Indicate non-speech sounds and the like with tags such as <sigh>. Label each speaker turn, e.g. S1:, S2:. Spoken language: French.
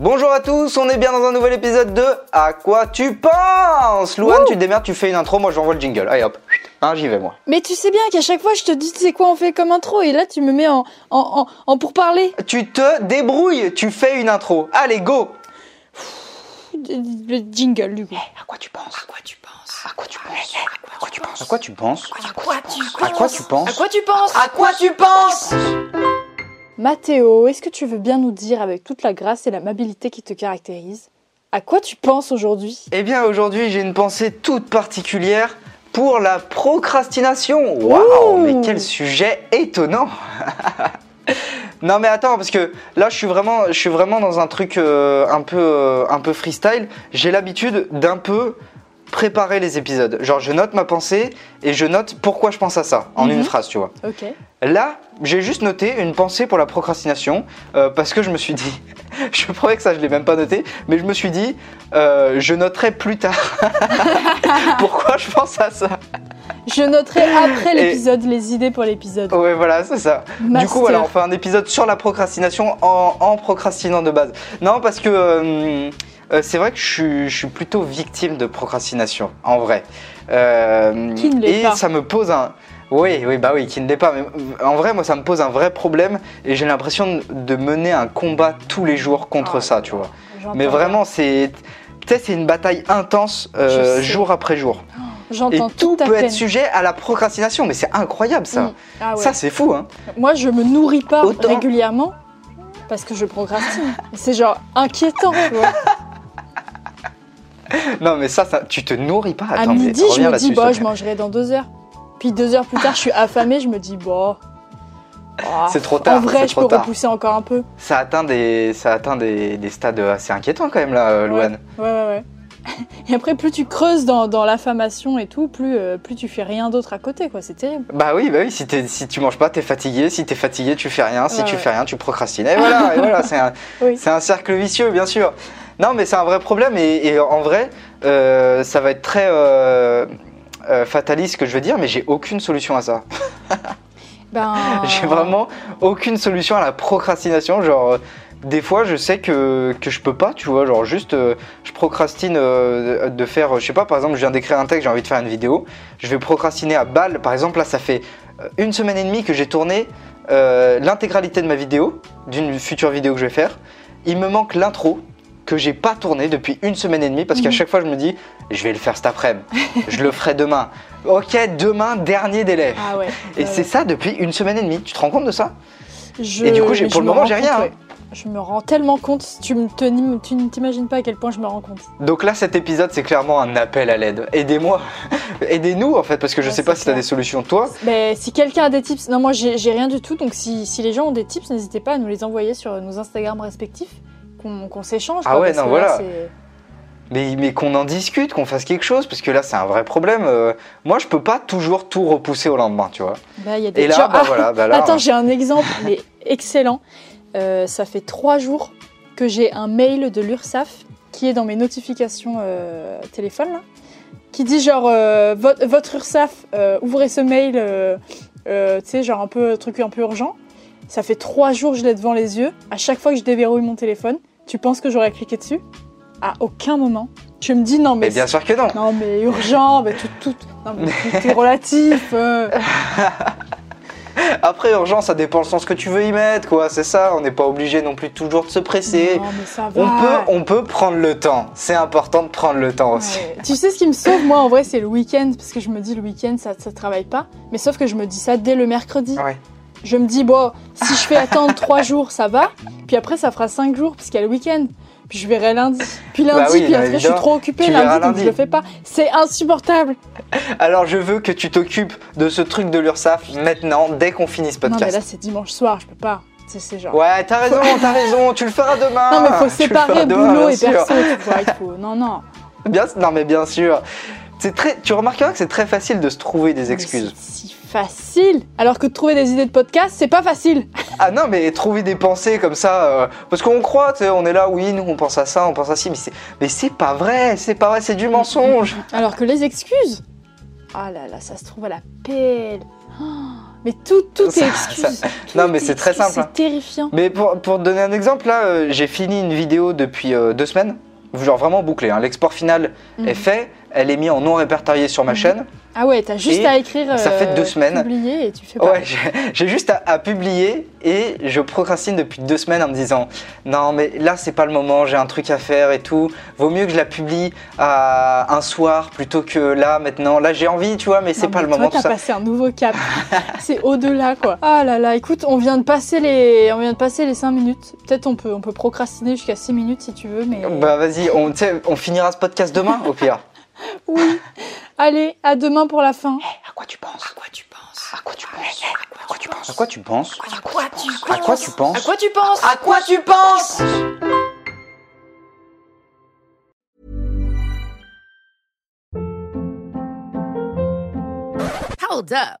S1: Bonjour à tous, on est bien dans un nouvel épisode de À quoi tu penses Louane, tu te démerdes, tu fais une intro, moi j'envoie le jingle. Allez hop, hein, j'y vais moi.
S2: Mais tu sais bien qu'à chaque fois, je te dis, tu sais quoi, on fait comme intro, et là, tu me mets en, en, en, en pourparler.
S1: Tu te débrouilles, tu fais une intro. Allez, go
S2: Le jingle, du coup.
S1: À quoi tu penses
S3: Eh, À quoi tu penses
S1: À quoi tu penses Ah, eh,
S3: À quoi tu penses
S1: À quoi tu penses À quoi
S3: À quoi tu
S1: tu penses
S3: À
S1: Ah.
S3: quoi tu penses
S1: À quoi tu penses
S2: Mathéo, est-ce que tu veux bien nous dire, avec toute la grâce et l'amabilité qui te caractérise, à quoi tu penses aujourd'hui
S1: Eh bien aujourd'hui, j'ai une pensée toute particulière pour la procrastination.
S2: Ouh.
S1: Waouh, mais quel sujet étonnant <laughs> Non mais attends parce que là je suis vraiment je suis vraiment dans un truc euh, un peu euh, un peu freestyle. J'ai l'habitude d'un peu préparer les épisodes. Genre je note ma pensée et je note pourquoi je pense à ça en
S2: Mhm.
S1: une phrase, tu vois.
S2: Ok.
S1: Là, j'ai juste noté une pensée pour la procrastination euh, parce que je me suis dit, <laughs> je promets que ça je l'ai même pas noté, mais je me suis dit, euh, je noterai plus tard. <laughs> Pourquoi je pense à ça
S2: Je noterai après
S1: Et-
S2: l'épisode les idées pour l'épisode.
S1: Ouais, voilà, c'est ça. Du coup, voilà, on fait un épisode sur la procrastination en, en procrastinant de base. Non, parce que euh, euh, c'est vrai que je, suis- je suis plutôt victime de procrastination, en vrai. Euh,
S2: Qui ne l'est
S1: et
S2: pas.
S1: ça me pose un. Oui, oui, bah oui, qui ne l'est pas. Mais euh, en vrai, moi, ça me pose un vrai problème et j'ai l'impression de- de mener un combat tous les jours contre
S2: Ah,
S1: ça, tu vois.
S2: J'entends
S1: Mais
S2: bien.
S1: vraiment, c'est. Tu sais, c'est une bataille intense euh,
S2: Je sais.
S1: jour après jour. Et
S2: J'entends
S1: tout
S2: à
S1: peut
S2: peine.
S1: être sujet à la procrastination, mais c'est incroyable ça.
S2: Mm. Ah ouais.
S1: Ça, c'est fou, hein.
S2: Moi, je me nourris pas
S1: Autant.
S2: régulièrement parce que
S1: <laughs>
S2: je procrastine. C'est genre inquiétant, tu vois.
S1: Non, mais ça, ça tu te nourris pas. Attends,
S2: à
S1: mais
S2: midi, je
S1: reviens
S2: me
S1: là-dessus,
S2: dis,
S1: s'il te
S2: bah,
S1: plaît.
S2: je mangerai dans deux heures. Puis deux heures plus tard, je suis affamée, je me dis, bah. bah,
S1: C'est trop tard,
S2: En vrai,
S1: c'est
S2: je
S1: trop
S2: peux
S1: tard.
S2: repousser encore un peu.
S1: Ça atteint, des, ça atteint des, des stades assez inquiétants quand même, là, euh, Louane.
S2: Ouais, ouais, ouais. <laughs> Et après, plus tu creuses dans, dans l'affamation et tout, plus, euh, plus tu fais rien d'autre à côté, quoi. C'est terrible.
S1: Bah oui, bah oui, si, t'es- si tu manges pas, t'es fatigué. Si t'es fatigué, tu fais rien. Si
S2: Ouais,
S1: tu
S2: ouais.
S1: fais rien, tu procrastines. Et
S2: <laughs>
S1: voilà, et voilà c'est un,
S2: Oui.
S1: c'est un cercle vicieux, bien sûr. Non, mais c'est un vrai problème. Et, et en vrai, euh, ça va être très euh, euh, fataliste ce que je veux dire, mais j'ai aucune solution à ça.
S2: Ben.
S1: <laughs> J'ai vraiment aucune solution à la procrastination. Genre, euh, des fois, je sais que, que je peux pas, tu vois. Genre, juste, euh, je procrastine euh, de faire, euh, je sais pas, par exemple, je viens d'écrire un texte, j'ai envie de faire une vidéo. Je vais procrastiner à balle. Par exemple, là, ça fait euh, une semaine et demie que j'ai tourné euh, l'intégralité de ma vidéo, d'une future vidéo que je vais faire. Il me manque l'intro que j'ai pas tourné depuis une semaine et demie parce qu'à
S2: Mhm.
S1: chaque fois je me dis je vais le faire cet après-midi, je le ferai demain. Ok, demain dernier délai.
S2: Ah ouais.
S1: Et
S2: ouais,
S1: c'est
S2: ouais.
S1: ça depuis une semaine et demie. Tu te rends compte de ça
S2: Je-
S1: et du coup, j'ai-
S2: mais
S1: pour
S2: je
S1: le
S2: me
S1: moment,
S2: rends
S1: j'ai rien,
S2: compte,
S1: hein.
S2: ouais. Je me rends tellement compte, tu me tenim- tu ne t'imagines pas à quel point je me rends compte.
S1: Donc là, cet épisode, c'est clairement un appel à l'aide. Aidez-moi, <laughs> aidez-nous en fait, parce que je
S2: Ouais,
S1: sais pas
S2: c'est
S1: si t'as
S2: clair.
S1: des solutions toi.
S2: Mais Ben, si quelqu'un a des tips, non, moi j'ai j'ai rien du tout, donc si, si les gens ont des tips, n'hésitez pas à nous les envoyer sur nos Instagram respectifs, qu'on qu'on s'échange.
S1: Ah
S2: quoi,
S1: ouais,
S2: parce
S1: non,
S2: que là,
S1: voilà.
S2: c'est-
S1: Mais, mais qu'on en discute, qu'on fasse quelque chose, parce que là, c'est un vrai problème. Euh, moi, je peux pas toujours tout repousser au lendemain, tu vois.
S2: Bah, il y a des
S1: Et là,
S2: gens-
S1: bah
S2: Ah,
S1: voilà, bah là.
S2: Attends, j'ai un exemple, mais excellent. Euh, ça fait trois jours que j'ai un mail de l'URSAF qui est dans mes notifications euh, téléphone, là, qui dit genre euh, votre, votre URSAF, euh, ouvrez ce mail, euh, euh, tu sais, genre un peu truc un peu urgent. Ça fait trois jours que je l'ai devant les yeux. À chaque fois que je déverrouille mon téléphone, tu penses que j'aurais cliqué dessus À aucun moment. Tu me dis non,
S1: mais
S2: mais.
S1: Eh bien sûr que
S2: <laughs>
S1: non.
S2: Non, mais urgent, mais tout, tout, non, mais
S1: <laughs>
S2: tout est relatif. euh.
S1: Après, urgence, ça dépend le sens que tu veux y mettre, quoi. C'est ça. On n'est pas obligé non plus toujours de se presser.
S2: Non, mais ça va.
S1: On peut, on peut prendre le temps. C'est important de prendre le temps aussi.
S2: Ouais. Tu sais ce qui me sauve, moi, en vrai, c'est le week-end, parce que je me dis le week-end, ça ne travaille pas. Mais sauf que je me dis ça dès le mercredi.
S1: Ouais.
S2: Je me dis, bon, si je fais attendre trois <laughs> jours, ça va. Puis après, ça fera cinq jours, parce qu'il y a le week-end. Puis je verrai lundi. Puis lundi,
S1: Bah oui,
S2: puis
S1: bah
S2: après, je suis
S1: évidemment.
S2: trop occupée
S1: Tu verras
S2: lundi, donc
S1: lundi.
S2: je le fais pas. C'est insupportable.
S1: Alors, je veux que tu t'occupes de ce truc de l'URSAF maintenant, dès qu'on finit ce
S2: Non,
S1: podcast.
S2: mais là, c'est dimanche soir, je peux pas. C'est, c'est genre.
S1: Ouais, t'as raison, t'as raison, tu le feras demain.
S2: Non, mais faut
S1: Tu le feras
S2: séparer
S1: demain,
S2: boulot
S1: bien
S2: et
S1: sûr.
S2: perso, tu vois. il faut- Non, non.
S1: Bien, non, mais bien sûr. C'est très, tu remarqueras que c'est très facile de se trouver des
S2: Mais
S1: excuses.
S2: C'est si facile. Alors que de trouver des idées de podcast, c'est pas facile.
S1: Ah non, mais trouver des pensées comme ça, euh, parce qu'on croit, tu sais, on est là, oui, nous, on pense à ça, on pense à ci, mais c'est, mais c'est pas vrai, c'est pas vrai, c'est du
S2: <laughs>
S1: mensonge.
S2: Alors que les excuses Ah là là, ça se trouve à la pelle. Oh, <gasps> Mais tout, tout
S1: Ça-
S2: est excuse.
S1: ça- <laughs>
S2: Tout
S1: non, mais
S2: est
S1: c'est très
S2: excuse,
S1: simple, hein.
S2: C'est terrifiant.
S1: Mais pour, pour te donner un exemple, là, euh, j'ai fini une vidéo depuis euh, deux semaines, genre vraiment bouclée. hein. L'export final
S2: Mhm.
S1: est fait, elle est mise en non répertorié sur ma
S2: Mhm.
S1: chaîne.
S2: Ah ouais, t'as juste
S1: Et
S2: à écrire.
S1: ça fait deux semaines.
S2: Publier et tu fais pas.
S1: Ouais, j'ai- j'ai juste à, à publier et je procrastine depuis deux semaines en me disant non mais là c'est pas le moment, j'ai un truc à faire et tout. Vaut mieux que je la publie à un soir plutôt que là maintenant. Là j'ai envie, tu vois, mais c'est
S2: Non,
S1: pas
S2: mais
S1: le moment
S2: Toi,
S1: tout ça.
S2: t'as passé un
S1: <laughs>
S2: nouveau cap. c'est au-delà, quoi. Ah là là, écoute, on vient de passer les, on vient de passer les 5 minutes. Peut-être on peut, on peut procrastiner jusqu'à 6 minutes si tu veux, mais.
S1: Bah vas-y, on, tu sais, on finira ce podcast demain au pire.
S2: Oui. Allez, à demain pour la fin.
S1: À quoi tu penses À quoi tu penses À quoi tu penses
S3: À quoi tu penses
S1: À quoi tu penses
S3: À quoi tu penses
S1: À quoi tu penses
S3: À quoi tu penses
S1: À quoi tu penses
S3: Hold up.